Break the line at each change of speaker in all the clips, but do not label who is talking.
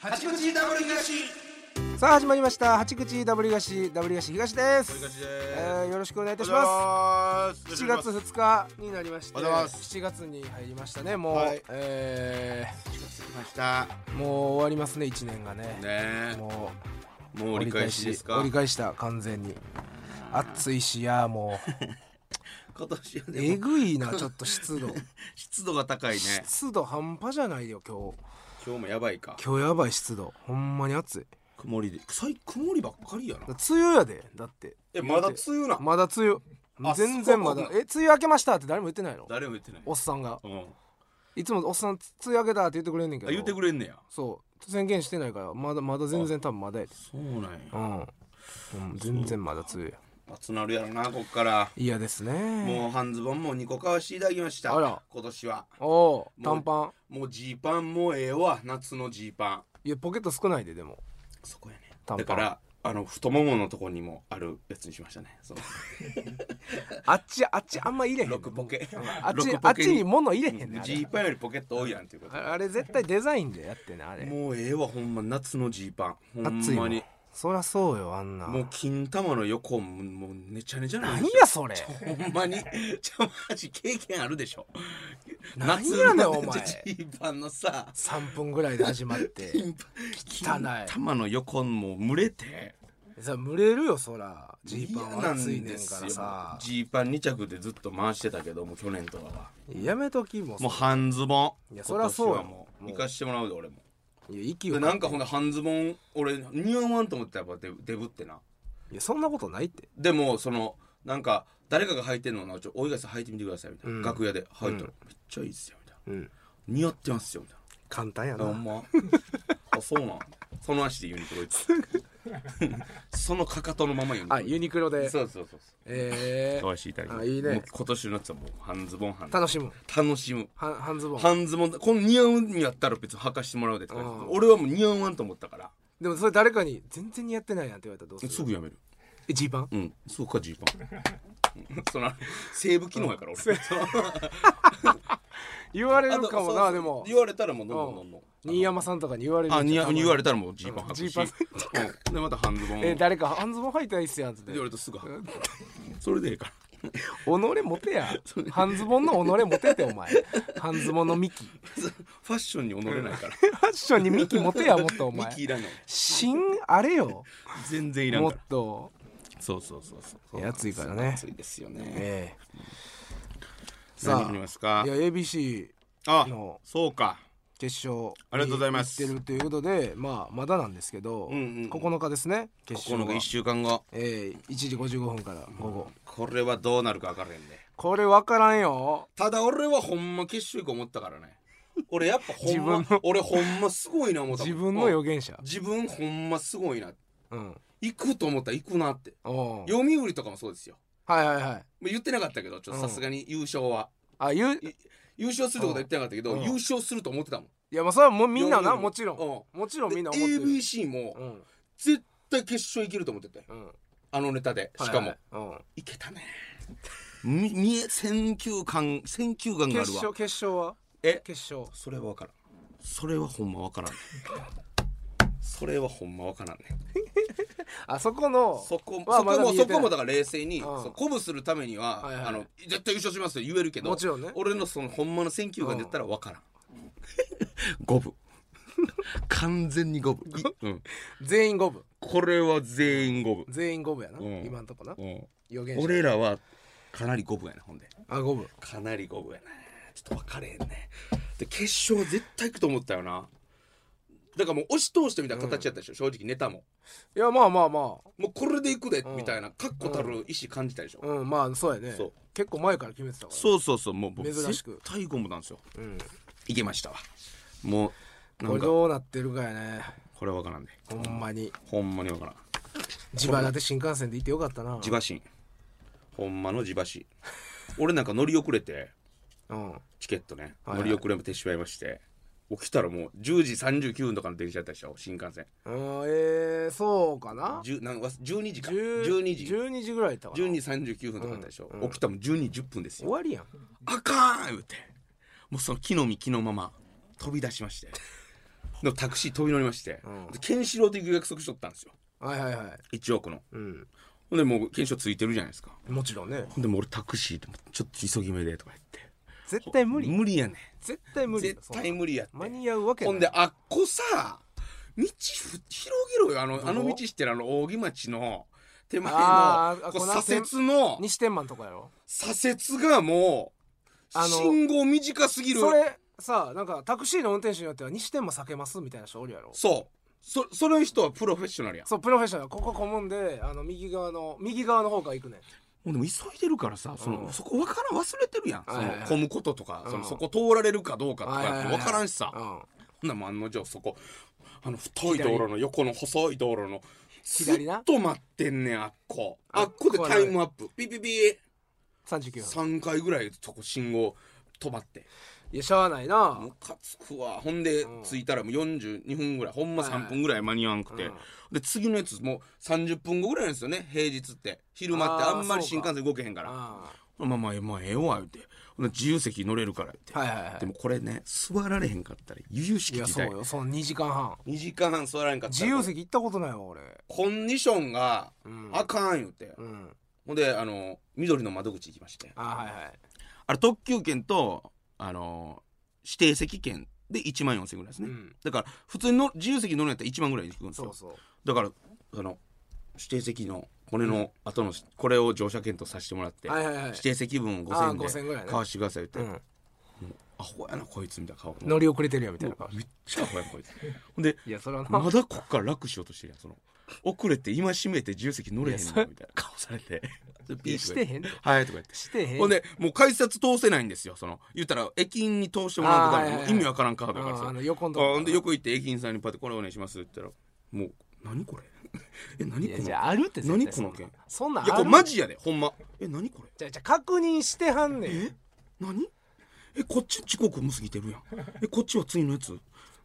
八口ダブル東
さあ始まりました八口ダブリガシダブリガシ東です
東です
えーよろしくお願いい
お
たしま
はようご
す
ざ
7
います
月2日になりまして
おはようございます
7月に入りましたねもう、
はい
え
来ましたね
ーもう終わりますね1年がね
え
も
もう
う
折り返しですか
折り返した完全に暑いしいやもう
今年は
え
ね
ぐいなちょっと 湿度
湿度が高いね
湿度半端じゃないよ今
今日もやばいか
日今日やばい湿度ほんまに暑い
曇りで最曇りばっかりやな
だ梅雨やでだって
えまだ梅雨な
まだ梅
あ
雨全然まだ
そう
え梅雨明けましたって誰も言ってないの
誰も言ってない
おっさんが
うん
いつもおっさん梅雨明けたって言ってくれんねんけ
あ
ど
言ってくれんねや
そう宣言してないからまだまだ全然多分まだやで
そうなんや
うん、うん、全然まだ梅雨や
暑なるやろなこっから
嫌ですね
もう半ズボンも2個買わしていただきました
あら
今年は
おお短パン
もうジーパンもうええわ夏のジーパン
いやポケット少ないででも
そこやね
短パ
だ
ン
からあの太もものとこにもあるやつにしましたねそう
あっちあっちあんま入れへんねん
6ポケ
うんあ っ
ロッ
ち
ク
あ
ポ
っ
ケ
ちに物入れへんねんあ
ジ
れ
ーパンよりポケット多いやんっていうこと
あれ絶対デザインでやってんねんあれ
もうええわほんま夏のジーパンほん
暑いも
ま
ん
に
そりゃそうよあんな
もう金玉の横ももうめちゃめちゃなん
何
ですよ
やそれ
ほんまにちゃマジ経験あるでしょ
何
夏
やねん
の
お前
ジーパンのさ
3分ぐらいで始まって
金
汚い
玉の横もう蒸れて
さ蒸れるよそらジーパンは暑い
嫌なんで
ねんか
す
ら
よ
さ
ジーパン2着でずっと回してたけどもう去年とかは
やめときもう
もう半ズボン
いやそりゃそうや
今年はもう
もう
行かしてもらうで俺も
いや息
で
を
なんかほんで半ズボン俺似合わんと思ってたやっぱデブデブってない
やそんなことないって
でもそのなんか誰かが履いてんのをなちょおいがさん履いてみてくださいみたいな、
うん
楽屋で履いたら、めっちゃいいっすよみたいな
うん
似合ってますよみたい
簡単や
な、あほん
な
まあそうなんその足でユニクロ行 ったそのかかとのままユニクロ
あユニクロで
そうそうそうそ
え
うかわしていただきます
あいいね
もう今年の夏はもう半ズボン半
ー、楽しむ
楽しむ
は半ズボン
半ズボンこの似合うんやったら別に履かしてもらうでとか言って
うん
俺はもう似合わんと思ったから
でもそれ誰かに全然似合ってないやんって言われたらどうする
すぐやめる
えジーパン
うん、そうかジーパン。うん そのセーブ機能やから俺。その
言われ
あ
る
と
かも
そうそ
な
う
でも
言われたらもうどんどんどんどん。
新山さんとかに言われる
あ、に
じ
や
ゃんたまに
言われたらもうジーパン履くし。
ジー
うんでまた半ズボン。
え
で
誰か半ズボン履いてないっすやんっつって
俺とすぐ履く。それでええから。
己持てや半ズボンの己持ててお前半ズボンのミキフ
ファッションに踊れないから。
ァッションにミキ持てやもっ とお
ミ
前
キいらない。
芯あれよ
全然いらん
も
か
っ
ら。
と
そうそうそうそう。
いや暑いからね
暑いですよね。
ええ
何ありますか
いや。ABC
あ
の、
そうか。
決勝
ありがとうございます
行ってるということでまあまだなんですけど、
うんうんうん
9日ですね決
ここ
勝
の
が
一週間後。
ええ1時55分から午後、
これはどうなるか分からへんね。
これ分からんよ
ただ俺はほんま決勝行く思ったからね 俺やっぱほんま
自分の
俺ほんますごいな思ったもん
自分の予言者
うん自分ほんますごいな
うん
行くと思ったら行くなって
おう
読売とかもそうですよ
はいはいはい
まあ言ってなかったけどちょっとさすがに優勝は、
あ言うい
い優勝するってことは言ってなかったけど、
うん
優勝すると思ってたもん
やまあそれはもうみんな
読
な
売
もちろん、もちろん
で
みんな思ってる、
ABC も
うん
絶対決勝行けると思ってたよ
うん
あのネタでしかも、
はいはいはいうん
いけたねみ見え選球感選球感があ
決
るわ
勝決勝は
え
決勝
それは分からんそれはほんま分からんそれはほんま分からんね
あそこの
そこも
は
そ
ま
こ
だ
も
見え
そ
てない
こもだから冷静に
ん
そう鼓舞するためには、
はいはい
あの絶対優勝しますよ言えるけど
もちろんね
俺のそのほんまの選球眼で言ったら分からん五分完全に五分、いうん、
全員五分
これは全員五分、
全員五分やな、
うん
今んとこな
うん
予言者
俺らはかなり五分やなほんで
あ五分
かなり五分やねちょっと分かれへんねで決勝絶対行くと思ったよなだからもう押し通してみたいな形やったでしょ、正直ネタも
いやまあまあまあ
もうこれで行くで、
うん
みたいな確固たる意思感じたでしょ、
うんまあそうやね
そう
結構前から決めてたから
そうそうそうもう僕
珍しく
絶対ゴムなんですよ
うん、
いけましたわもうな
こ
ん
れ
か
どうなってるかやね
これは分からんで
ほんまに
ほんまに分からん
自腹で新幹線で行ってよかったな
地馬神ほんまの地馬神俺なんか乗り遅れて
うん
チケットね
はい
乗
はい
り遅れてしまいまして起きたらもう10時39分とかの電車やったでしょ新幹線
うんえー、そうかな
10なんか12時か
10
12時
12時ぐらいやったかな
12時39分とかだったでしょ、
うんうん
起きたもん12時10分です
終
よ
わりやん
あかん言うてもうその木の実木のまま飛び出しましてのタクシー飛び乗りまして、
うん
でケンシロウと行く約束しとったんですよ
はいはいはい
1億の
うん
ほんでもうケンシロウついてるじゃないですか
もちろんね
ほんでもう俺タクシーでもちょっと急ぎ目でとか言って
絶対無理
無理やねん
絶対無理
絶対無理やって
間に合うわけない
ほんであっこさ道ふ広げろよあのあの道知ってるあの扇町の手前
あー
の
あ
こう
この
左折の
西天満とかやろ
左折がもう
あの
信号短すぎる
それさなんかタクシーの運転手によっては西天満避けますみたいな人おるやろ
そうそその人はプロフェッショナルやん
そうプロフェッショナルここ混むんであの右側の右側の方から行くね
も
ん
うでも急いでるからさその、
うん
そこわからん忘れてるやん、
はいはいはい
その混むこととか、
うん
そのそこ通られるかどうかと
はい
か
はい
っ
は
てわ
い
からんしさ、
うん
ほんならもう案の定そこあの太い道路の横の細い道路のず
左な
っと待ってんねんあっこあ
あ
っ
っ
こ
こ
でタイムアップピピピ
39分
3回ぐらいそこ信号止まって
いやしゃあないな
ムカつくわほんで
うん
着いたらもう42分ぐらいほんま
はいはい
3分ぐらい間に合わんくて、
うん
で次のやつもう30分後ぐらいなんですよね平日って昼間って
あー
あんまり
そ
新
うか
幹線動けへんから
あ
まあまあまあええわ言うてほんなら自由席乗れるから言って、
ーはいはいはい
でもこれね座られへんかったら由々し
い
き
や
事
そう
態
よその2時間半
2時間半座られへんかった
自
ら
由席行ったことないわ俺
コンディションが
うん
あかん言うて、
うん
ほんであの緑の窓口行きまして
あはいはい
あれ特急券とあの指定席券で1万4000円ぐらいです
う
ね、
ん
だから普通にの自由席乗るんやったら1万ぐらいで行くんですよ
そうそう
だからあの指定席のこれの後の、これを乗車券とさせてもらって、
はいはいはい
指定席分を
あ
5000
ー5000
円
ぐ
で
らいね
買わしてくださいって、
うん
アホやなこいつみたいな顔
乗り遅れてるよみたいな顔して
めっちゃアホやなこい つほんで
いやそれはな
まだこっから楽しようとしてるやんその遅れて今閉めて自由席乗れへんのみたいな顔されて
いやしてへんて
はいとか言って
してへん
ほんでもう改札通せないんですよその言ったら駅員に通してもらうとか
あーはいはいはい
意味わからんカードやから
あ
さ
あの横のとこ
ほんで横行って駅員さんにパッて「これお願いします」って言ったら「もう何これ え何
い
こ
や
の
じゃああるって絶対
何この件
そんなん
いやこ
あ
れ
る
マジやでほんまえ何これ
じゃあじゃあ確認してはんねん
何えこっち時刻も過ぎてるやんえこっちは次のやつ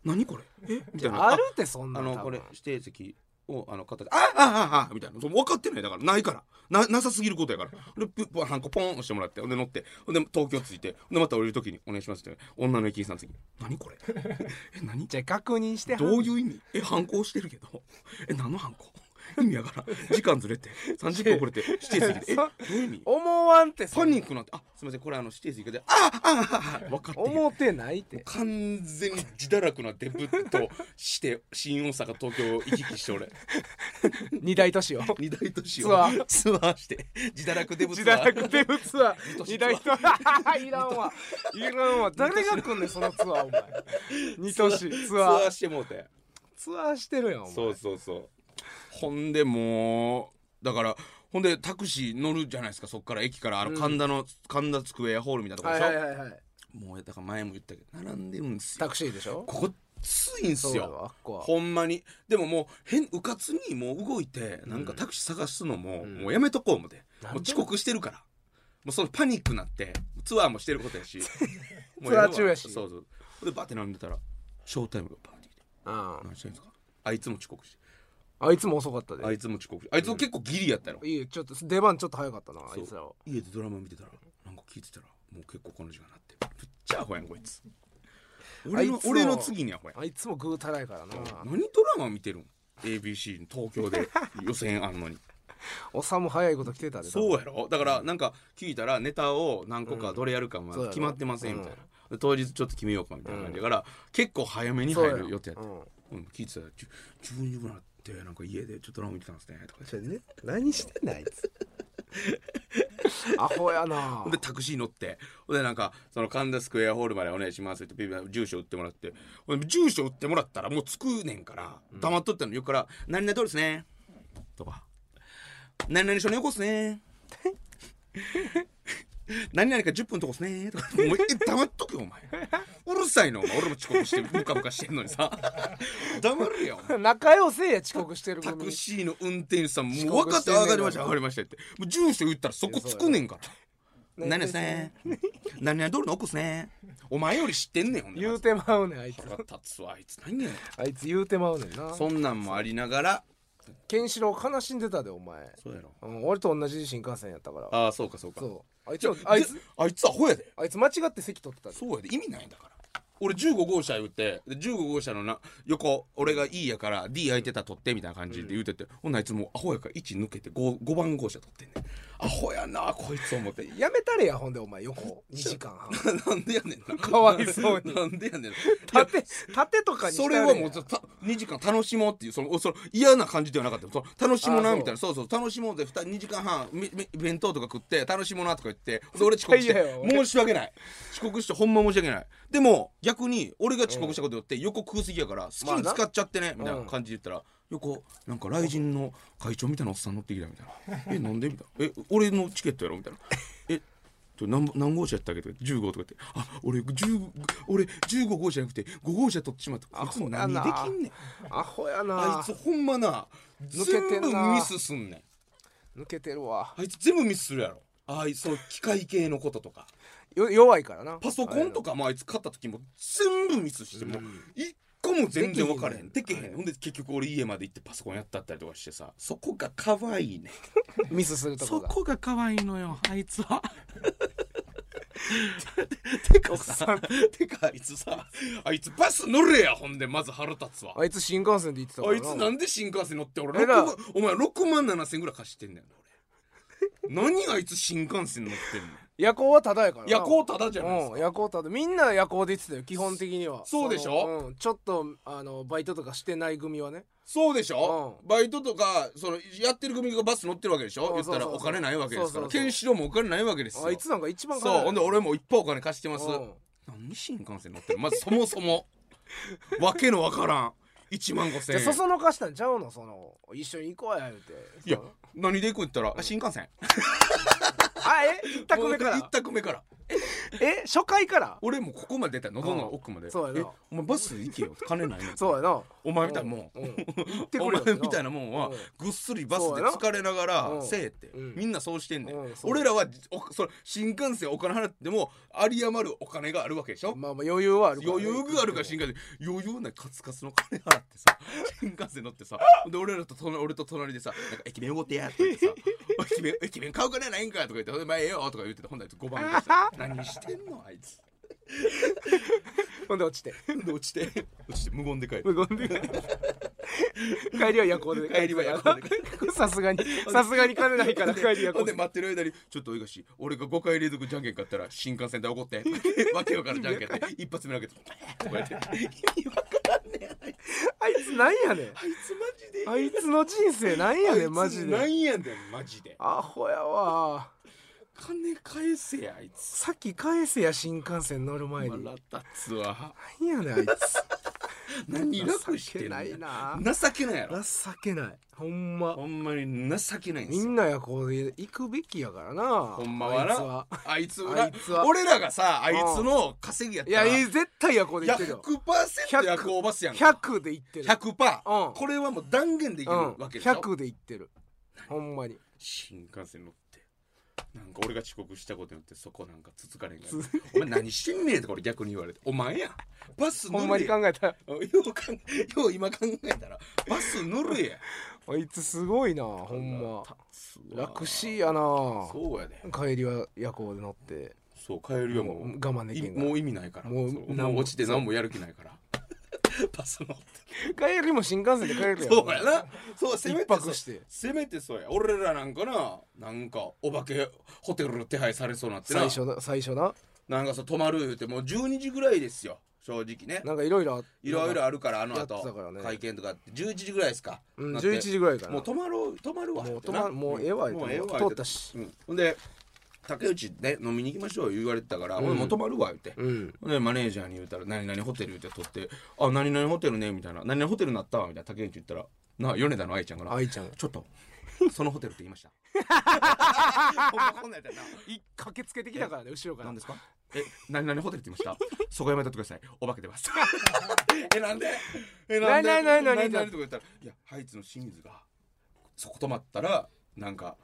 何これえみたいな
あるってそんな
あ
ん
の
多分
これ指定席をあの片手ああああみたいなそう分かってないだからないからななさすぎることやからでピュッハンコポン押してもらってほんで乗ってほんで東京着いてほんでまた降りる時に「お願いします」って女の駅員さん次何これ え何
じゃあ確認してはん
どういう意味え反抗してるけど え何の反抗 意味やからん時間ずれて30分遅れて指定席でえどういう意味
思わんってそ
パ
んな
ニックなんてあすみませんこれあの指定席でああああ分かってる
思ってないって
完全に自堕落なデブとして新大阪東京を行き来して俺
二大都市を
二大都市を
ツアー
ツアーして自堕落デブツ
自
ア
堕
ー
落デブツ アー
二
二
大
大
都
都市いらんわいらんわ誰が来んねんそのツアーお前二都市
ツ
ツ
ア
ア
ー
ー
してもうて
ツアーしてるやんお前
そうそうそうほんでもうだからほんでタクシー乗るじゃないですかそっから駅からあの神田の、神田スクエアホールみたいなとこ
は
で
い
しょ、
はいはいはい
もうだから前も言ったけど並んでるんですよ
タクシーでしょ
ここついんす
だ
よ
わあっこは
ほんまにでももう変うかつにもう動いてなんかタクシー探すのも、
うん
もうやめとこう思て、
なん
も
で
う遅刻してるからもうそのパニックになってツアーもしてること やしもう
ツアー中やし
そうそうほんでバッて並んでたらショータイムがバーってきて
うん
何してんすかあいつも遅刻して
あいつも遅かったで
あいつも遅刻してあいつも結構ギリやったよ、
いいよちょっと出番ちょっと早かったなあいつらは
家でドラマ見てたらなんか聞いてたらもう結構この時間になってめっちゃアホやんこいつ俺の
あいつも
俺の次にアホやん
あいつもぐうたらいからな
何ドラマ見てるん ABC の東京で予選あんのに
おさも早いこと来てたで
そうやろだからなんか聞いたらネタを何個かどれやるかま
そ
だ
うやろ
決まってませんみたいな、で当日ちょっと決めようかみたいな感じだから、結構早めに
そう
入
や
る予定やった、
うん
うん、聞いてたら「じゅ12時ぐらいになってなんか家でちょっとラーメン来たんですね」とか言って
ちょね、何してんだあいつアホやな
ほんでタクシー乗ってほんでなんかその神田スクエアホールまでお願いしますってピピピ住所売ってもらってほんで住所売ってもらったらもう着くねんから黙っとったのよくから「何々通りですね」とか「何々署の横っす ね」何々か10分とこっすねとかもうえ黙っとけよお前うるさいのお前俺も遅刻してムカムカしてんのにさ黙るよお前
仲良せえや遅刻してる
タク
組
シーの運転手さんも
遅
う分
刻
かっ
しててん
上が
ねん
りました上がりましたってもう住所言ったらそこつくねんから何
いやそうや
々ですね何々通りの奥っすねお前より知ってんねんほんで
言うてまうねんあいつ
腹立つわあいつ何やね
あいつ言うてまうねんなん
そんなんもありながら
ケンシロウ悲しんでたでお前、
そうやろ
うん、俺と同じ新幹線やったから
ああそうかそうか
そうあいつ
じゃ
あいつ
であいつアホやで
あいつ間違って席取ってたで
そうやで意味ないんだから俺15号車言ってで15号車のな横俺が E やから D 空いてたら取ってみたいな感じで言うてて、ほんならいつもアホやから1抜けて 5, 5番号車取ってんねんアホやなこいつ思って
やめたれやほんでお 前横2時間半
なんでやねんな
かわいそうに
なんでやねんな
縦縦とかにした
そ
れ
れ
や
はもうた2時間楽しもうっていうそのその嫌な感じではなかったその楽しもう
あ
な
そう
みたいなそうそう楽しもうぜ 2, 時間半みみ弁当とか食って楽しもうなとか言 ってで俺遅刻して
絶対嫌やわ俺
申し訳ない遅刻してほんま申し訳ないでも逆に俺が遅刻したことによって横食うすぎやから好きに使っちゃってねみたいな感じで言ったら横なんか雷神の会長みたいなおっさん乗ってきたみたいな「えなんで?」みたいな「え俺のチケットやろ?」みたいな「えと何何号車やったっけ?」とか言って15とか言って「あ俺15俺15号車じゃなくて5号車取ってしまった」あいつも何できんねん
アホやな
あいつほんまな
抜けて
全
んな
部ミスすんねん
抜けてるわ
あいつ全部ミスするやろああいうそう機械系のこととか
よ弱いからな
パソコンとかもあいつ買った時も全部ミスしてもう一個も全然分からへんで
で
けへ
きへんねん
んほんで結局俺家まで行ってパソコンやったったりとかしてさそこが可愛いね
ミスするとこが
が可愛いのよあいつは てかさてかあいつさあいつバス乗れやほんでまず腹立つわ
あいつ新幹線で行ってたか
あ
ら
いつなんで新幹線乗って俺
え
6
ら
万お前6万7千ぐらい貸してんだよな 俺何あいつ新幹線乗ってんの
夜行はただやからな
夜行ただじゃないです
うん
か
夜行ただみんな夜行で行ってたよ基本的には
そうでしょ
のうん、ちょっとあのバイトとかしてない組はね
そうでしょ、
う
バイトとかそのやってる組がバス乗ってるわけでしょ
うん
言ったら
そう
お
そうそう
金ないわけですか
そうそ
ら
うそう
ケンシロウもお金ないわけですよ
あいつなんか一番
そうほんで俺もいっぱいお金貸してます
うん
何新幹線乗ってるまずそもそ もわけのわからん1万
じゃあ
5000
そ
円
そのかしたんちゃうのその一緒に行こうや言うて
いや何で行くん言ったら、あ新幹線
あえ一択目か
もう一
ら
択目から
え初回から
俺もうここまで出た喉の奥まで、
うんそうやな
えお前バス行けよ金ないの
そうやな
お前みたいなもん
うん、うん行ってく
お
れよって
前みたいなもんは
うん
ぐっすりバス
そう
で
やな
疲れながら
うん
せえって
うん
みんなそうしてんねん
うんそう
俺らはおそれ新幹線お金払っても有り余るお金があるわけでしょ
まあまあ余裕はあるから
余
ね
裕があるから新幹線余裕ないカツカツの金払って さ新幹線乗ってさで俺らと隣俺と隣でさ「なんか駅弁おごってや」って言 ってさ「駅弁駅弁買う金ないんか」とか言って「ほんで前ええよ」とか言ってたほんで5番でさ「何してんのあいつ」
ほんで落ちて
で落ちて落ちて無言で帰る
無言で帰りは夜行で
帰りは夜行で帰
さすが にさすがに金ないから帰り夜
ほ
行
んで
で
待ってる間に「ちょっとおいがし俺が5回連続じゃんけん勝ったら新幹線で怒って」 わけわからんじゃんけんって 一発目投げてこうやって意味わからんねんあいつ
あいつなんやねん
あいつマジで
あいつの人生なんやねんマジ
な
で
んやねんマジで
アホやわ
金返せやあいつ
さっき返せや新幹線乗る前に
腹立つわ
なんやねんあい
何楽し
つ情
て
け
ん
ない
の
な
情けないやろ
情けないほんま
ほんまに情けないんで
み
すよ
んなやこうで行くべきやからなほ
ほんまはなあいつは
あいつは
俺らがさあいつの稼ぎやっ
い
た
や
ら
いや絶対やこうで行ってるよ
100%夜行バスやんか
100で行ってる
100%パー、
うん
これはもう断言でき
う
る
ん
わけでしょ、
100で行ってるほんまに
新幹線乗ってなんか俺が遅刻したことによってそこなんかつつかれんから
つ
お前何してんねえとか俺逆に言われてお前やバス乗
ほんま
れ
に
や
考えたら
ようかんよう今考えたらバス乗れや
あいつすごいなほんま楽しいやな
そうやで
帰りは夜行で乗 って
そう帰るよもう
もう我慢でき
い
んから
もう意味ないから
も
も
う
う
なんも
落ちて何もやる気 ないからバス乗って
帰りも新幹線で帰るやん
そうやなそうせめて
一泊して
せめてそうや俺らなんかななんかお化けホテルの手配されそうなってな
最初な最初な
なんかさ泊まる言うてもう12時ぐらいですよ正直ね
なんかいろいろ
いろいろあるからあの
やって
後
たからね
会見とかあって11時ぐらいですか、
うん
なって
11時ぐらいかな
もう泊まろう泊まるわ
もう
って
止
な
まもうええわ言
も
う
う
て
ええわ
通ったし
うん、ほんで竹内ね飲みに行きましょう言われてたから、
うん
俺もう泊まるわ言って、
うん
ほんでマネージャーに言うたら「何々ホテル」言って取って「あ何々ホテルね」みたいな「何々ホテルになったわ」みたいな竹内言ったら「な米田の愛ちゃんから
愛ちゃん
ちょっとそのホテルって言い ました」 ほんまこんなんやったよな
駆けつけてきたからね後ろから
何ですかえ、何々ホテルって言いました そこやめとってください。お化け出ます。 え、なんでえ、
何々何々
何々とか言ったら、いや、ハイツの清水が、そこ止まったら、なんか、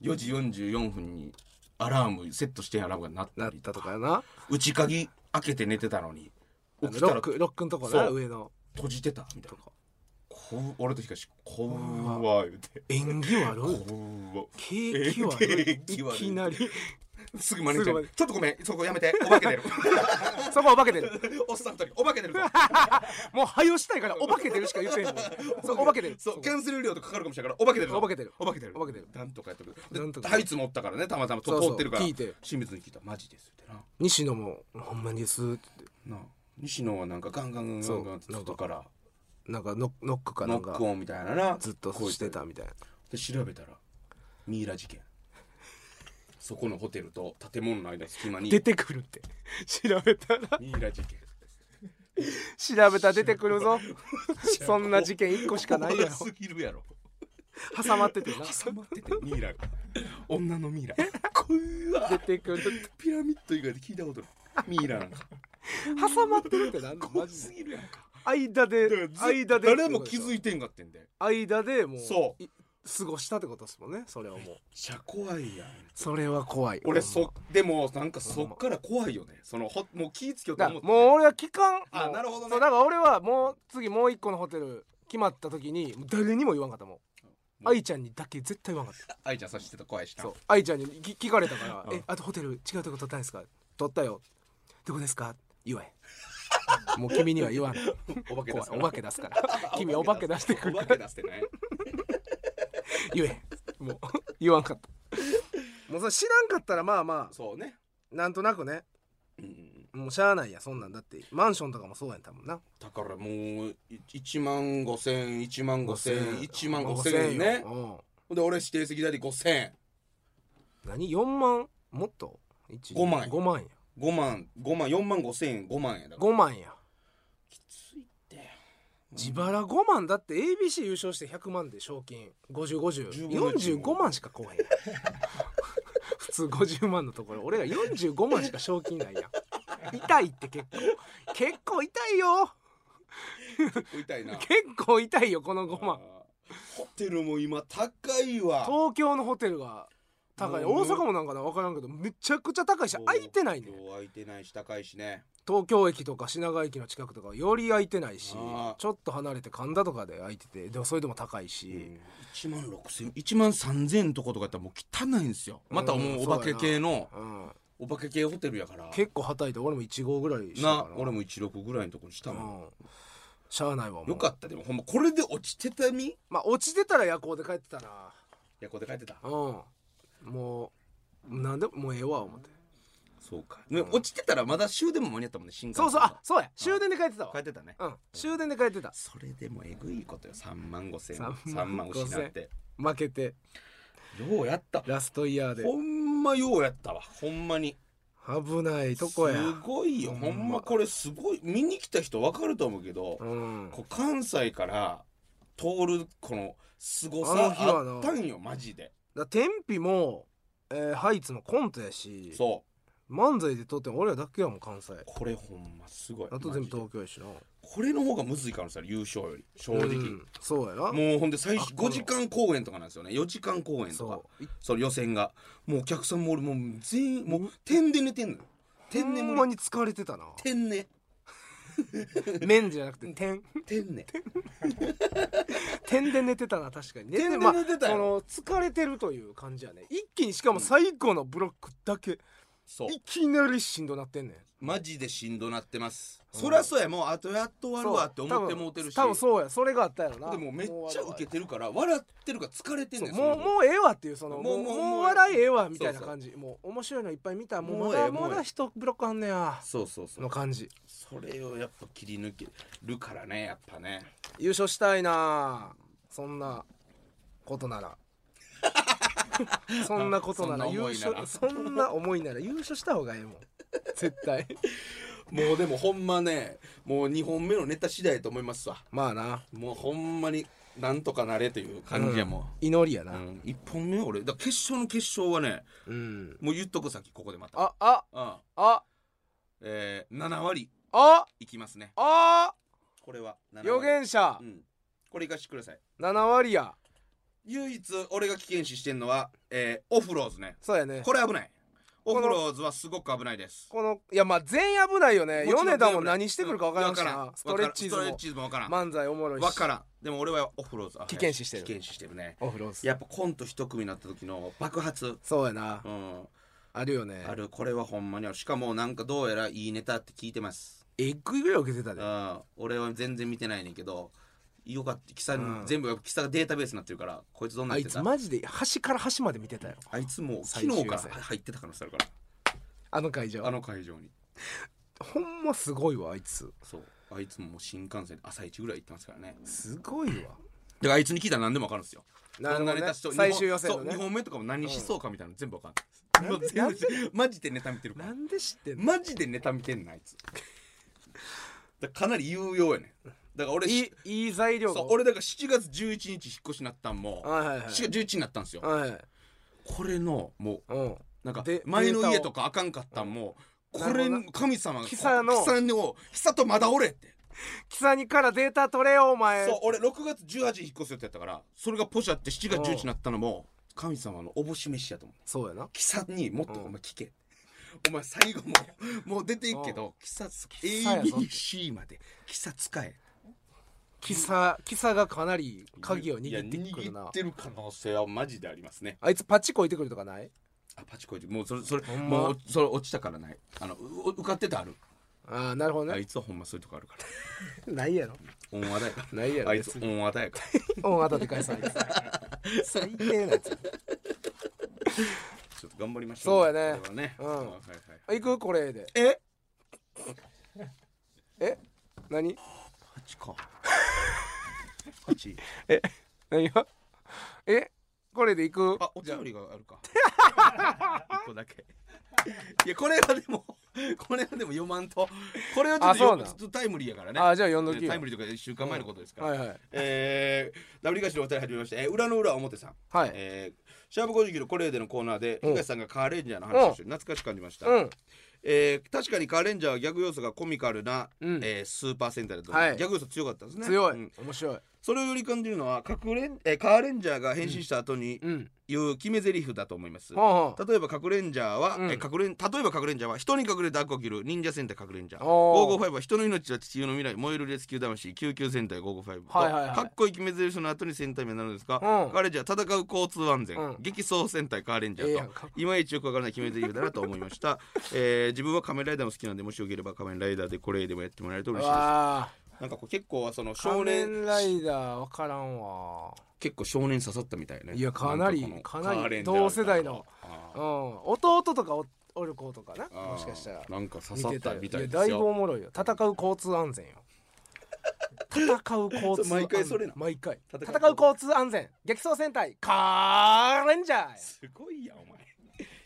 4時44分にアラーム、セットしてアラームが鳴った
なっ
り
た
とか、
とかやな
内鍵開けて寝てたのに、
あ
起
の
き
ロ
た
ッ
ら
クロックのとこな
そう
上の
閉じてたみたいな。こう俺と東、こうわ、言うて。
縁起悪い
こうわ。
景気悪い
景気悪い
いきなり
すぐ真似ちゃ
すぐ真
う
似
ちょっとごめんそこやめてお化け出 る
そこはお化け出る
おっさん二人お化け出るぞ
もうはよしたいからお化け出るしか言ってへん もんそうお化け出る
そう
そ
キャンセル料とかかかるかもしれないからお化け出るぞ
お化け出る
お化け出る
お化け出る
なんとかやっとく
なん
で
とか
タイツ持ったからねたまたまと
そうそう
通ってるから
聞いて
清水に聞いたらマジですってな
西野も「ほんまにです」って言って
なあ西野はなんかガンガンガンガンガン
そう
外から
なんかノノックかな
ノ
ん
ッ
か
クオンみたいなな
ずっと
こう
してたみたいな
で調べたらミイラ事件そこのホテルと建物の間の隙間に
出てくるって調べたら
ミイラ事件
調べたら出てくるぞそんな事件一個しかない
お
や
も ろすぎるやろ
ろ挟まっててな
挟まっててミイラが女の ミイラこうわ
出てくる
ピラミッド以外で聞いたことないミイラなんか
挟まってるってなんだマ
怖
ジ
す
で
ぎるやんか
間で
だからず
間で
誰も気づ
い
いてんかってんで
間でもう
そ
い過ごしたってことですもんねそれはもう
しゃ怖いやん
それは怖い
俺
ほんま
そでもなんかそっから怖いよねそのほもう気ぃつけようと
だ
思って
もう俺は聞かん
あ
もう
なるほどね
そうだから俺はもう次もう一個のホテル決まった時にもう誰にも言わんかったもん
うん
愛ちゃんにだけ絶対言わんかった
愛ちゃんさしてた怖いしな
そう愛ちゃんに聞聞かれたから「
うん
えあとホテル違うとこ取ったんですか?」「取ったよ」「どこですか?」言わへんもう君には言わん
お化け出
怖い
すか
お
ら
化け出すから君お化け出してくる
お
か
化け
ら
出してね
言えへんもう言わん かったもうそれ知らんかったらまあま
そうね
あなんとなくね
うん
もうしゃあないやそんなんだってマンションとかもそうやん多分な
だからもう1万5千1万5千1万5千円ね
うん
で俺指定席代で5千
何4万もっと
5万円
5万や
5万5万4万5千円5万円だから
5万や
きついって
自腹5万だって ABC 優勝して100万で賞金
10分の1
505045万しか来へん やん普通50万のところ俺ら45万しか賞金ないやん痛いって結構結構痛いよ
痛 いな
結構痛いよこの5万
あーホテルも今高いわ
東京のホテルが高い
も
大
うね
阪もなんかな分からんけどめちゃくちゃ高いし空いてないね
今日空いてないし高いしね
東京駅とか品川駅の近くとかはより空いてないし
あー
ちょっと離れて神田とかで空いててでもそれでも高いし、
1万6千1万3千円とことかやったらもう汚いんですよまたもうお化け系の
うん、
お化け系ホテルやから
結構はたいて俺も1号ぐらいした
な
から
俺も16ぐらいのとこにした
う
もん
んしゃあないわもう
よかったでもほんまこれで落ちてたみい
まあ落ちてたら夜行で帰ってたな
やこれで書いてた
うんもうなんでもうええわ思って
そうか、ね落ちてたらまだ終電も間に合ったもんね新幹
そう
線
そうあそうや終電で帰ってたわ
書いてたね
うん終電で帰ってた
それでもえぐいことよ3万5千3
3
万
万
失って
負けて
ようやった
ラストイヤーで
ほんまようやったわほんまに
危ないと
す
こや
ごいよほんまこれすごい見に来た人わかると思うけど、
うん
こう関西から通るこのすご
あの
さ
日はな
あったんよマジで
だ天日も、えーハイツのコントやし
そ
漫才で撮ってん俺らだけやもん関西
うこれほんますごい
あと
マジ
全部
で
東京やしな
これの方がむずいからさ優勝より正直、
うんそうやな
もうほんで最初
あこの
5時間公演とかなんですよね4時間公演とか
そう
その予選がもうお客さんも俺もう全員もう点で寝てんのよ点
ほ
眠
んま
り
に疲れてたな
点ね
面じゃなくて点
点ね
点で寝てたな確かに寝
点で
まあ
寝てたよ
その疲れてるという感じやね一気にしかも最後のブロックだけ、
そう
いきなりしんどなってんねん
マジでしんどなってます
うん
そりゃそうやもうあとやっと終わるわって
そう
思ってもうてるし
多分多分そうやそれがあったやろな
でもめっちゃ
もう
ウケてるから笑ってるから疲れてんねん
もう
その
もうええわっていうその
も
も
うも
うも
う
う
もう
笑いええわみたいな
そうそう
感じもう面白いのいっぱい見たもう
もう
ま
ええ
だ
もうええ
まだ一ブロックあんねや
そうそうそう
の感じ
それをやっぱ切り抜けるからねやっぱね
優勝したいなそんなことな らそんなことなら
そんな
優
思いなら
勝そんな思いなら優勝した方がええもん絶対
もうでもほんまねもう2本目のネタ次第やと思いますわ
まあな
もうほんまになんとかなれという感じやもう
祈りやな
うん、1本目俺だから決勝の決勝はね
うん
もう言っとく先ここでまた
ああ
うん
あ
えー、7割
あ
いきますね
あ
これは7割
予言者
うんこれいかしてください
7割や
唯一俺が危険視してんのは、えー、オフローズね
そうやね
これ危ないオ
こ
フ
の
ローズはすごく危ないです
このいやまあ全員危ないよね
ちろん
米田も何してくるか分からんし
わ
なストレッチーズ
ストレ
も
ッチーズもわからん
漫才おもろいし
わからんでも俺はオフローズあ
危険視してる
危険視してるね
オフロース
やっぱコント一組になった時の爆発
そうやな
うん
あるよね
あるこれはほんまにあるしかもなんかどうやらいいネタって聞いてます
えっぐいぐらい受けてたで
あ俺は全然見てないねんけどよかったキサ、
うん
全部キサがデータベースになってるからこいつどんな
あ
ん
い
やって
つ
た
マジで端から端まで見てたよ
あいつもう
最終
昨日から
予選
入ってた可能性あるから
あの会場
あの会場に
ほんますごいわあいつ
そうあいつももう新幹線で朝一ぐらい行ってますからね
すごいわ
だからあいつに聞いたら何でも分かるんですよ
なるほどね
どんなネタしと
最終予選のね
2本目とかも何しそうかみたいなの全部分かんない、
なんで
全然マジでネタ見てるから
なんで知ってんの
マジでネタ見てんなあいつだからかなり有用やねんだから俺
いいいい材料が
そう俺だから7月11日引っ越しになったんも
はいはいは
7
い
月11日になったんですよ
はい
これのもう
うん
なんか
で
前の
デー
家
タ
と
を
かあかんかったんも
うん
これ
なるほどな
神様が
キサの
キサのキサとまだ俺って
キサニからデータ取れよお前
そう俺6月18日引っ越す予定やったからそれがポシャって7月11日になったのも神様のおぼし飯やと思う
そうやな
キサにもっと
うん
お前聞けお前最後ももう出ていくけどキサ
キサやぞって
ABC までキサ使え
キサキサがかなり鍵を握ってくる
いや握
な
ってる可能性はマジでありますね
あいつパチこいてくるとかない
あパチコイチもうそれそれ、
ほんま
もうそれ落ちたからないあのう受かってたある
ああなるほど
あ
ね
いつはほんまそういうとこあるから
ないやろ
恩和だよ
ないやろ
あいつ恩和だよ
大型で返さないです 最低なやつ
ちょっと頑張りましょう、
そうやね
これはね、
うん
はいはい
あ行くこれで
え
え何
八か八
何がえこれで行く
あお便りがあるか一個だ けいやこれはでもこれはでも読まんとこれはちょっ
あ
と
そう
読
なん
むちょっとタイムリーやからね
あじゃあ呼んどき
ね
よ
タイムリーとか1週間前のことですから、
はいはい
えー、ダブリガシのお二人はじめまして、えー裏の裏表さん、
はい
えーシャープ50キロコレーデのコーナーで
うん
東さんがカーレンジャーの話をして懐かしく感じました、
うん
えー確かにカーレンジャーはギャグ要素がコミカルな、
うん
えースーパーセンターだと、
はい
ギャグ要素強かったですね
強
う
い
ん
面白い
それをより感じるのは隠れん、えーカーレンジャーが変身した後に
うん
言う決め台詞だと思います、
ほうほう
例えば隠れんジャーは、
うん
えー隠れん例えば隠れんジャーは人に隠れてダークを切る忍者戦隊隠れんジャー
おー
555は人の命は地球の未来燃えるレスキュー魂救急戦隊555と、
はいはいはい
かっこいい決め台詞の後に戦隊名になるんですが、
うん
カーレンジャー戦う交通安全、
うん
激走戦隊カーレンジャ
ええ
ー
やん
と
か
いまいちよくわからない決め台詞だなと思いました、 えー自分は仮面ライダーも好きなんでもしよければ仮面ライダーでこれでもやってもらえると嬉しいです
わあ
なんかこう結構その
少
少年
年ライダーわからんわ
結構少年刺さったみたいね
いやかなり
んこ
か
の
なり
カーレンジャーみたいな
同世代の
あ
う
ー
ん弟とかおおる子とかな
あー
もしかしたら
なんか刺
見
さってた
たよ
み
い
た
や
いで
だ
す
いぶお
よ
もろいよ戦う交通安 全よ戦う交
それ
通
毎回それな
毎回
戦う
戦う交通安全激走戦隊カーレンジャーや
すごいやんお前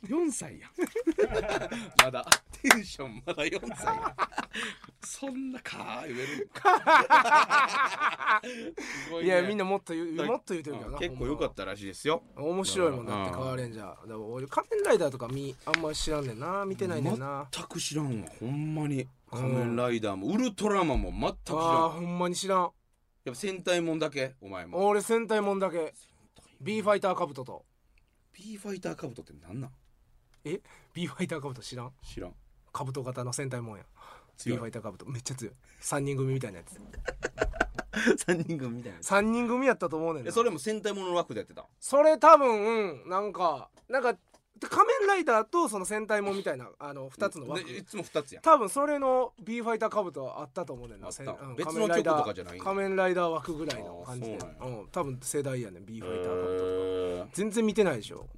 4歳やんまだテンションまだ4歳やん そんなかー言えるすご
いやみん
な
なもっと言うもっと言うてるけどな
結構良かったらしいですよ
た面白いもんだって
うん
カーレンジャーだから俺仮面ライダーとか見あんまり知らんねんな見てないねんな
全く知らんわほんまに仮面ライダーもウルトラマンも全く知らん
あーほんまに知らん
やっぱ戦隊もんだけお前も
俺戦隊もんだけ B ファイターカブトと
B ファイターカブトってなんなん
え B ファイターカブト知らん
知らん
カブト型の戦隊もんや B
強
ファ
い
イターカブトめっちゃ強い3人組みたいなやつ
3人組みたいな
3人組やったと思うねん
え
な
それも戦隊ものの枠でやってた
それ多分うんなんかなんか仮面ライダーとその戦隊もんみたいなあの2つの枠
でいつも2つやん
多分それの B ファイターカブとあったと思うねんな
あった
せんうん
別の
仮面ライダー
曲とかじゃないんだ
仮面ライダー枠ぐらいの感じで
あーそうなん
うん多分世代やねん B ファイターカブト
えー
全然見てないでしょ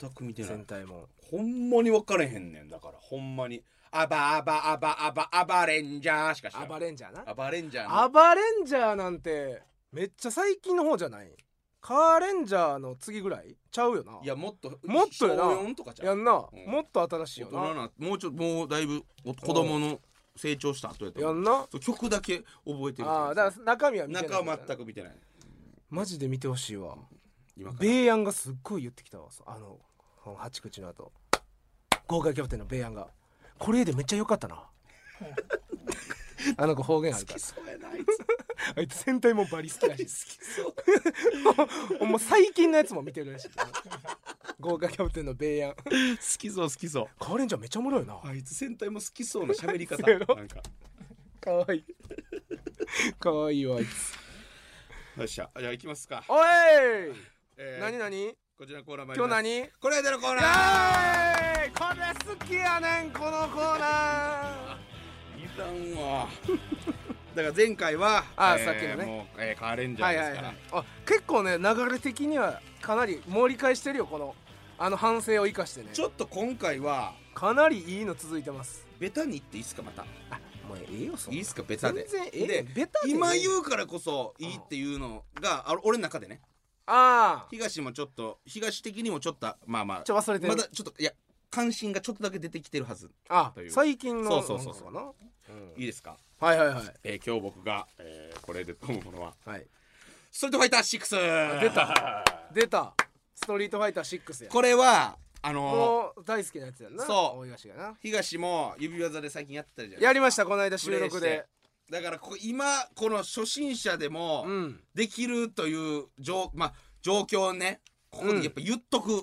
全く見てない
戦隊もん
ほんまに分かれへんねんだからほんまにアバアバアバアバアバレンジャーしか知らん
アバレンジャーな
アバレンジャーの
アバレンジャーなんてめっちゃ最近の方じゃないカーレンジャーの次ぐらいちゃうよない
やもっと
もっとやな
小四とかじゃ
や
ん
んな、
うん
もっと新しい
大
よ
人
な
なもうちょっともうだいぶお子供の成長した後やと
や
思うん
な
そう曲だけ覚えてる
ああだから中身は見てない
中は全く見てない
マジで見てほしいわ
今から
ベイヤンがすっごい言ってきたわあのこの八口の後豪華キャプテンのベイヤンが「これでめっちゃ良かったな」 あの子方言あるか
好
ら
きそうやなあいつ
あいつ戦隊もバリ好きらしい
好きそう
ほんま最近のやつも見てるらしい豪華キャプテンのベイヤン
好きそう好きそう
カーレンジャーめっちゃおもろいな
あいつ戦隊も好きそうな喋り方
そうやろ
なんか
かわいいかわいいわあいつ
よっしゃじゃあ行きますか
おい
えー
何何
こちらのコーナー参り
今日
ます
何イエ
これでのコーナー
ーイこれ好きやねんこのコーナー
いらんわ だから前回は
あー
えー
さっきのね
もう、えー、カーレンジャ
は
ー
い
で
はい
す
は
か
い
ら
あ結構ね流れ的にはかなり盛り返してるよこのあの反省を生かしてね
ちょっと今回は
かなりいいの続いてます
ベタに言っていいっすかまた
あもうええよそ
いいっすかベタで
全然ええ
で
ベタでね
今言うからこそいいっていうのがあ俺の中でね
ああ
東もちょっと東的にもちょっとまあまあ
ちょ忘れてる
まだちょっといや関心がちょっとだけ出てきてるはず
あ
という
最近の
そうそうそうそう
なんかな、うん
いいですか、
はいはいはい
えー、今日僕が、えー、これで思うものは
はい
「ストリートファイター6」
出た出たストリートファイター6や
これはあのー、
もう大好きなやつやんな
そう
大東がな
東も指技で最近やってたじゃないですか
やりましたこの間収録で
だからここ今この初心者でも
うん
できるという状,、まあ、状況をねここでやっぱ言っとく、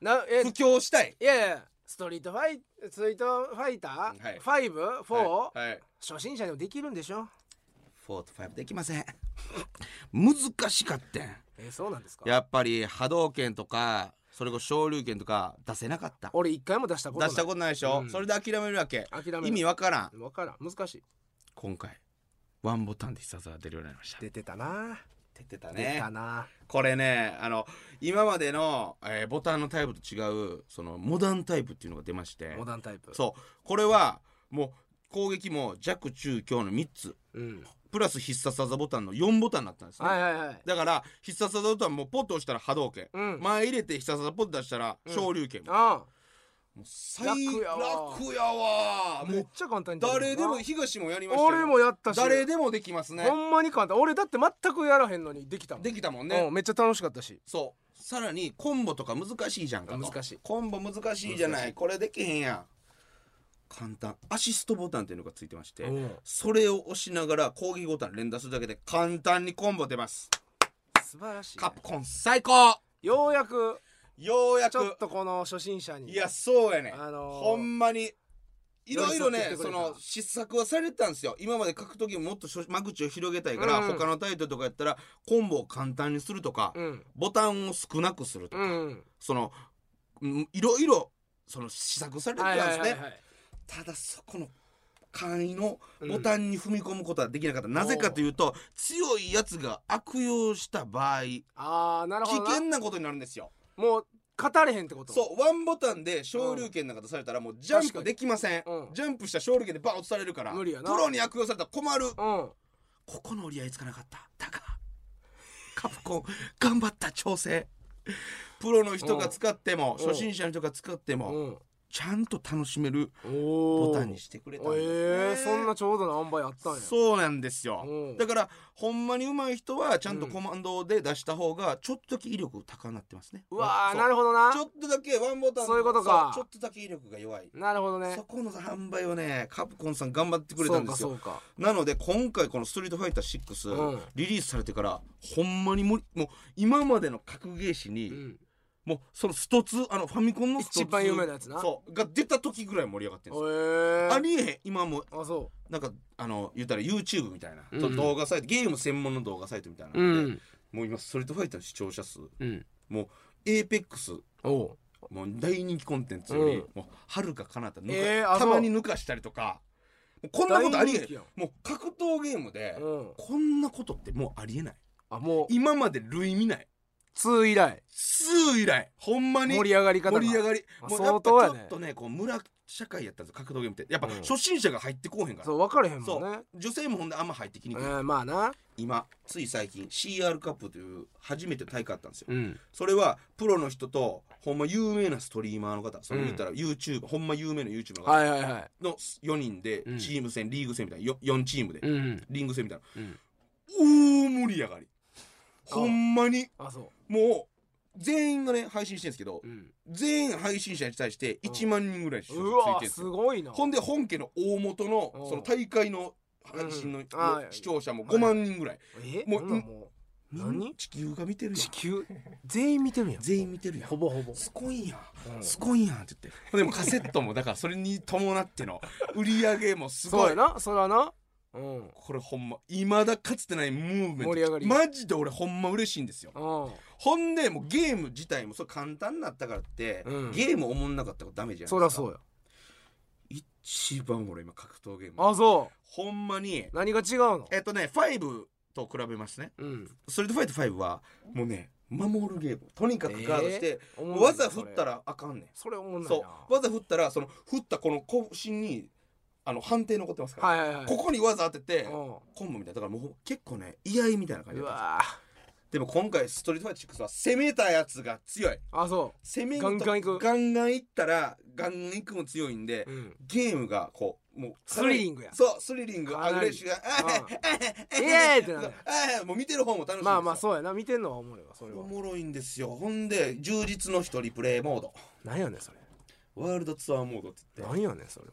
なえ
布教したい、
いやいやストリートファイストリートファイタ
はい
ー、ファイブフォー
はいはい、
初心者でもできるんでしょ
4と5できません難しかったん
えーそうなんですか
やっぱり波動拳とかそれこそ昇竜拳とか出せなかった
俺一回も出したことない
出したことないでしょ、
うん
それで諦めるわけ
諦める
意味わからん
分からん難しい
今回ワンボタンで必殺技が出るようになりました
出てたな、
出てた
出たな
これねあの今までの、えーボタンのタイプと違うそのモダンタイプっていうのが出まして
モダンタイプ
そうこれはもう攻撃も弱中強の3つ
う、ん、
プラス必殺技ボタンの4ボタンになったんですね、
はいはいはい
だから必殺技ボタンもポッと押したら波動拳、
うん
前入れて必殺技ポッと出したら
ん
昇竜拳、も
あ
う最楽
楽や
や
わ
わー
あ
も
めっ
う
ちゃ簡単に出てるな
誰でも東もやりましたよ
俺もやったし
誰でもできますね
ほんまに簡単俺だって全くやらへんのにできたもん
できたもんね、
うん、めっちゃ楽しかったし
そうさらにコンボとか難しいじゃんかと
難しい
コンボ難しいじゃな
難
いこれできへんやん簡単アシストボタンっていうのがついてまして
うん
それを押しながら攻撃ボタン連打するだけで簡単にコンボ出ます
素晴らしい
カプコン最高
ようやく
ようや
ちょ
く
っとこの初心者に
いやそうやね、
あのー
ほんまにいろいろ
寄り添って
ね
くれ
そ
た
の失策はされてたんですよ今まで格闘技ももっと初間口を広げたいから、
うん
他のタイトルとかやったらコンボを簡単にするとか、
うん
ボタンを少なくすると
う
か、
ん
そのうんいろいろその試作されてたんですね、
い
ただそこの簡易のボタンに踏み込むことはできなかった、なぜかというと強いやつが悪用した場合危
ああなるほどな
険なことになるんですよ
もう語れへんってこと
そうワンボタンで昇竜拳なんか出されたらもうジャンプできません、
確かにうん
ジャンプしたら昇竜拳でバン落とされるから
無理やな
プロに悪用されたら困る、
ううん
ここの折り合いつかなかっただからカプコン頑張った調整プロの人が使っても
うん
初心者の人が使っても、
うん
ちゃんと楽しめる
お
ボタンにしてくれたんですね
ええそんなちょうどの塩梅あったんや
そうなんですよ
うん
だからほんまに上手い人はちゃんとコマンドで出した方がちょっとだけ威力高くなってますね
うわ
そ
ーなるほどな
ちょっとだけワンボタン
そういうことか
そうちょっとだけ威力が弱い、
なるほどね
そこの販売をねカプコンさん頑張ってくれたんです
そ
よ
うか
なので今回この「ストリートファイター6」
うん
リリースされてからほんまにもうもう今までの格ゲー誌に、
そうかうん
もうそのストツあのファミコンのストツ
一番有名なやつな
そうが出た時ぐらい盛り上がってるんですよ
ええ
ありえへん今もう
あそ
なんかあの言ったら YouTube みたいな、
うん
と動画サイトゲーム専門の動画サイトみたいな
う
ので、もう今「ストリートファイター」の視聴者数
うん
もう APEX
おう
もう大人気コンテンツより、
うん
もうはるか彼方抜か、
えーあ
たまに抜かしたりとかもうこんなことあり
大人気
え
やん
んもう格闘ゲームで、
うん
こんなことってもうありえない
あもう
今まで類見ない
2以来
2以来ほんまに
盛り上がり方が
盛り上がり
あ
もうや
相
っぱ
当
ち
や
ょ
ね
っとねこう村社会やったんですよ格闘ゲームってやっぱ
うん
初心者が入ってこうへんから、
そう分かれへんも
そ
んね
う女性もほんであんま入ってきにくい、
うんまあな
今つい最近 CR カップという初めて大会あったんですよ、
うん
それはプロの人とほんま有名なストリーマーの方それ言ったら YouTube、ほんま有名な YouTuber の方
はいはいはい
の4人で
うん
チーム戦、リーグ戦みたいな 4, 4チームで、
うん
リング戦みたいな
うん
大盛り上がり
あ
ほんまに
あそ
もう全員がね配信してるんですけど、
ううん
全員配信者に対して1万人ぐらい視聴
う
者ついてるん
わ
です
す
よ
ごいな
ほんで本家の大元の
うん
その大会の配信の
うんあ
視聴者も5万人ぐらい
え
も
も
う
うもう何
地球が見てるや
地
ん
球全員見てるやん
全員見てるやん
ほぼほぼ
すごいやん、
うん
すごいやんって言ってでもカセットもだからそれに伴っての売り上げもす
そ
ご
う
い
やなそらなうんうん
これほんまいまだかつてないムーブメント
盛り上がり
マジで俺ほんま嬉しいんですよほんでもうゲーム自体もそう簡単になったからって、
うん
ゲームおもんなかったらダメじゃないですか
そうだそうや
一番俺今格闘ゲーム
あそ
ほんまに
う何が違うの
えっとね5と比べますね
うん
ストリートファイト5はもうね守るゲームとにかくガードして、
おもろいな
技振ったらあかんねん
それおもんない
そ
な
う技振ったらその振ったこの拳にあの判定残ってますから、
はいはいはい
ここに技当てて
う
コンボみたいなだからもう結構ね居合みたいな感
ん
じ
う
だった
わー
でも今回ストリートファイト6は攻めたやつが強い
あそ
攻めると
ガンガン行く
ガンガンいったらガンガンいくも強いんで
う、うん、
ゲームがこうもう
スリリングや
そうスリリング
かなり
アグレッシブが
イエーイってなる
あもう見てる方も楽しいんですよ
まあまあそうやな見てんのはおもろいわそれは
おもろいんですよほんで充実の一人プレイモード
何やねんそれ
ワールドツアーモードって言って
何やねんそれ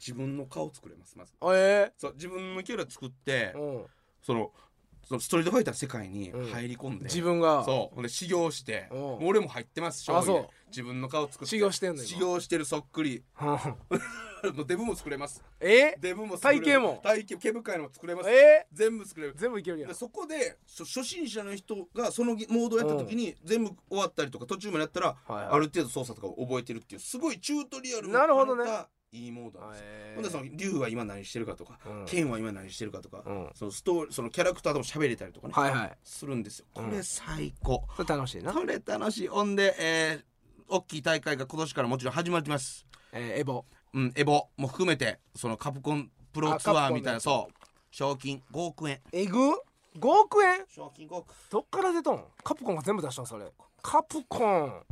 自分の顔作れますまず
お前え
そう自分のキャラ作って
えうん
そのそのストリートファイターの世界に
うん
入り込んで、
自分が
そうほんで修行して
うん
もう俺も入ってます
あ
醤油で
そう
自分の顔作って
修行してんの今
修行してるそっくり
うん
もうデブも作れます
え
デブも作れる
体型も
体型毛深いのも作れます
え
全部作れる
全部いけるやん
でそこで初初心者の人がそのぎモードをやった時に全部終わったりとか途中までやったら
いはい
ある程度操作とかを覚えてるっていうすごいチュートリアル
なるほどね
がいいモードなんですよ。
え
ほんでその竜は今何してるかとか、
うん
剣は今何してるかとか、
うん
そのストーリーそのキャラクターとも喋れたりとかね、
はいはい
するんですよ。こ
う
れ
ん
最高。
それ楽しいな、
これ楽しい。ほんで、えー大きい大会が今年からもちろん始まってます。
えー、エボ
うん、エボも含めてそのカプコンプロ
あ
ツア
カプ
ー
コン
みたい
ね
なそう賞金5億円
えぐ5億円
賞金5億
どっから出たんカプコンが全部出したんそれカプコン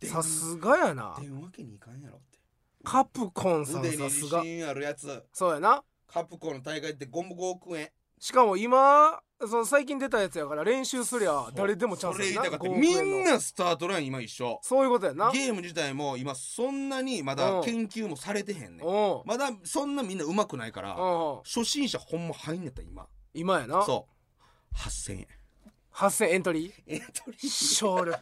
でん
さすがやな
出んわけにいかんやろって。
カプコンさん
腕に
さ
自
すが
信あるやつ
そうやな
カプコンの大会ってゴム5億円
しかも今その最近出たやつやから練習すりゃ誰でもチャンス
それ
や
言いた
な
かった
5億
み
円の
んなスタートライン今一緒
そういうことやな
ゲーム自体も今そんなにまだ研究もされてへんねん
おうん
まだそんなみんな上手くないから
うん
初心者ほんま入んねやった今
今やな
そう8000円
8000エントリ
エントリ
ーショール
ー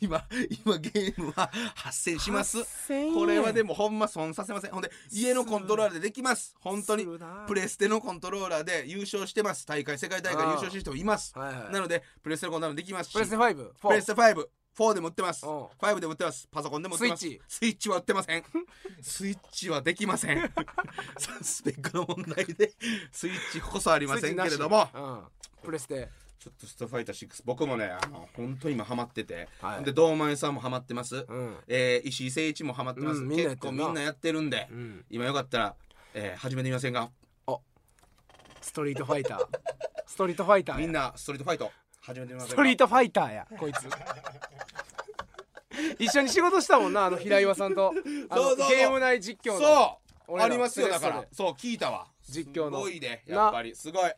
今今ゲームは8000円します
8000円
これはでもほんま損させませんほんで家のコントローラーでできます本当に
するな
プレステのコントローラーで優勝してます大会世界大会優勝してる人もいます
はいはい
なのでプレステのコントローラーもできますし
プレステ5
プレステ5、4でも売ってます。
うん
5でも売ってます。パソコンでも売ってます。
スイッチ
スイッチは売ってません。 スイッチはできません。 スペックの問題で、スイッチこそありませんけれども、
うん、プレステ
ちょっとストファイター6、僕もね、あの、本当に今ハマってて、
はい
で、堂前さんもハマってます。
うん
えー石井誠一もハマってます。
うんみんなや
結
って
構
るな
みんなやってるんで、
ん
今よかったら、えー始めてみませんか
ストリートファイターストリートファイターや
みんな、ストリートファイト、始めてみませ
ス
んか
トリートファイターやこいつ 一緒に仕事したもんなあの平岩さんとあの
そうそうそう
ゲーム内実況の
そう
俺ら
ありますよだか
セレ
ら
ッ
そう聞いたわ
実況の
すごいねやっぱりすごい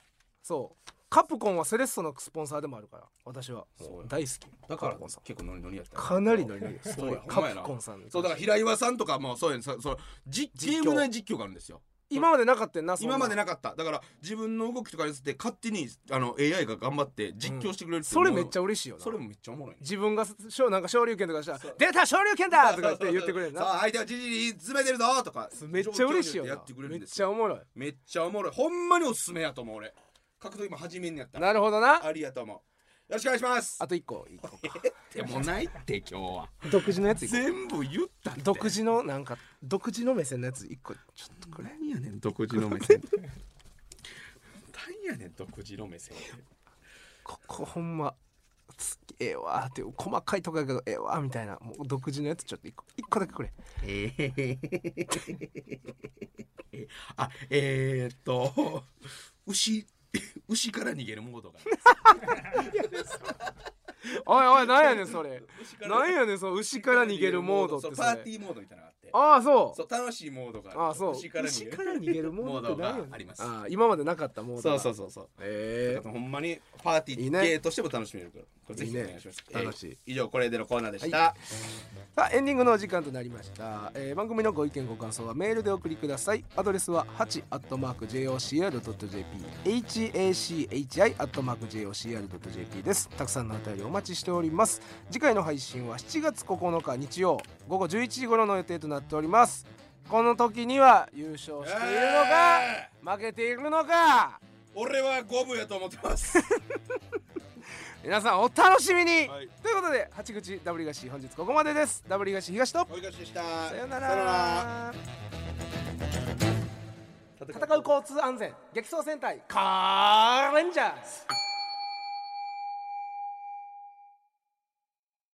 そうカプコンはセレッソのスポンサーでもあるから私は
そうよ
大好き
だから
カプコンさん
結構ノリノリやった
かなりのりです
そうや
カプコンさん
そうだから平岩さんとかもそうやねそうそうじゲーム内実況があるんですよ
今までなかったよなそん
今までなかっただから自分の動きとかにつって勝手にあの AI が頑張って実況してくれるっていう
それめっちゃ
も
嬉しいよ
う
な
それもめっちゃおもろいね
自分がしょなんか昇竜拳とかしたら「出た昇竜拳だ!」とか言って言ってくれる
さ
な
あ相手はじじり詰めてるぞとか
めっちゃ嬉しいよ
状況によってや
な
ってくれる
め
ん
っ
です
ちゃおもろい
めっちゃおもろいほんまにおすすめやと思う俺格闘今始めんねやったら
なるほどな
ありやと思うよろしくお願いします
あと 一個一個か
でもないって今日は
独自のやつ一個
全部言ったって
独自のなんか独自の目線のやつ一個ちょっとくれ
何やねん独自の目線何やねん独自の目線
ここほんますええわーって細かいとこやけどええわーみたいなもう独自のやつちょっと一個一個だけくれ
えー、 あえー、っと牛牛から逃げるモードが
おいおいなんやねんそれ
牛から
なんやねんその牛から逃げるモードって
そう
そ
パ
れ
ーティーモードみたいなのがあって
ああそう
そう楽しいモードが
ああそう
牛から逃げる
げるモードって何やねん
モードがあります
ああ今までなかったモード
そう
が
そうそうそう
え
ほんまにパーティー
いいね
ゲーとしても楽しめるからこれぜひお願いします
いいね楽しい
以上これでのコーナーでした、
はさあエンディングのお時間となりました、えー番組のご意見ご感想はメールでお送りくださいアドレスは 8-jocr.jp hachi-jocr.jp ですたくさんのお便りお待ちしております次回の配信は7月9日日曜午後11時頃の予定となっておりますこの時には優勝しているのか、
え
負けているのか
俺は五分やと思ってます。
皆さんお楽しみに、
はい
ということで八口ダブリガシ本日ここまでですダブリガシ東と
おいかしでした。
さよなら戦う交通安全激走戦隊カーレンジャーズ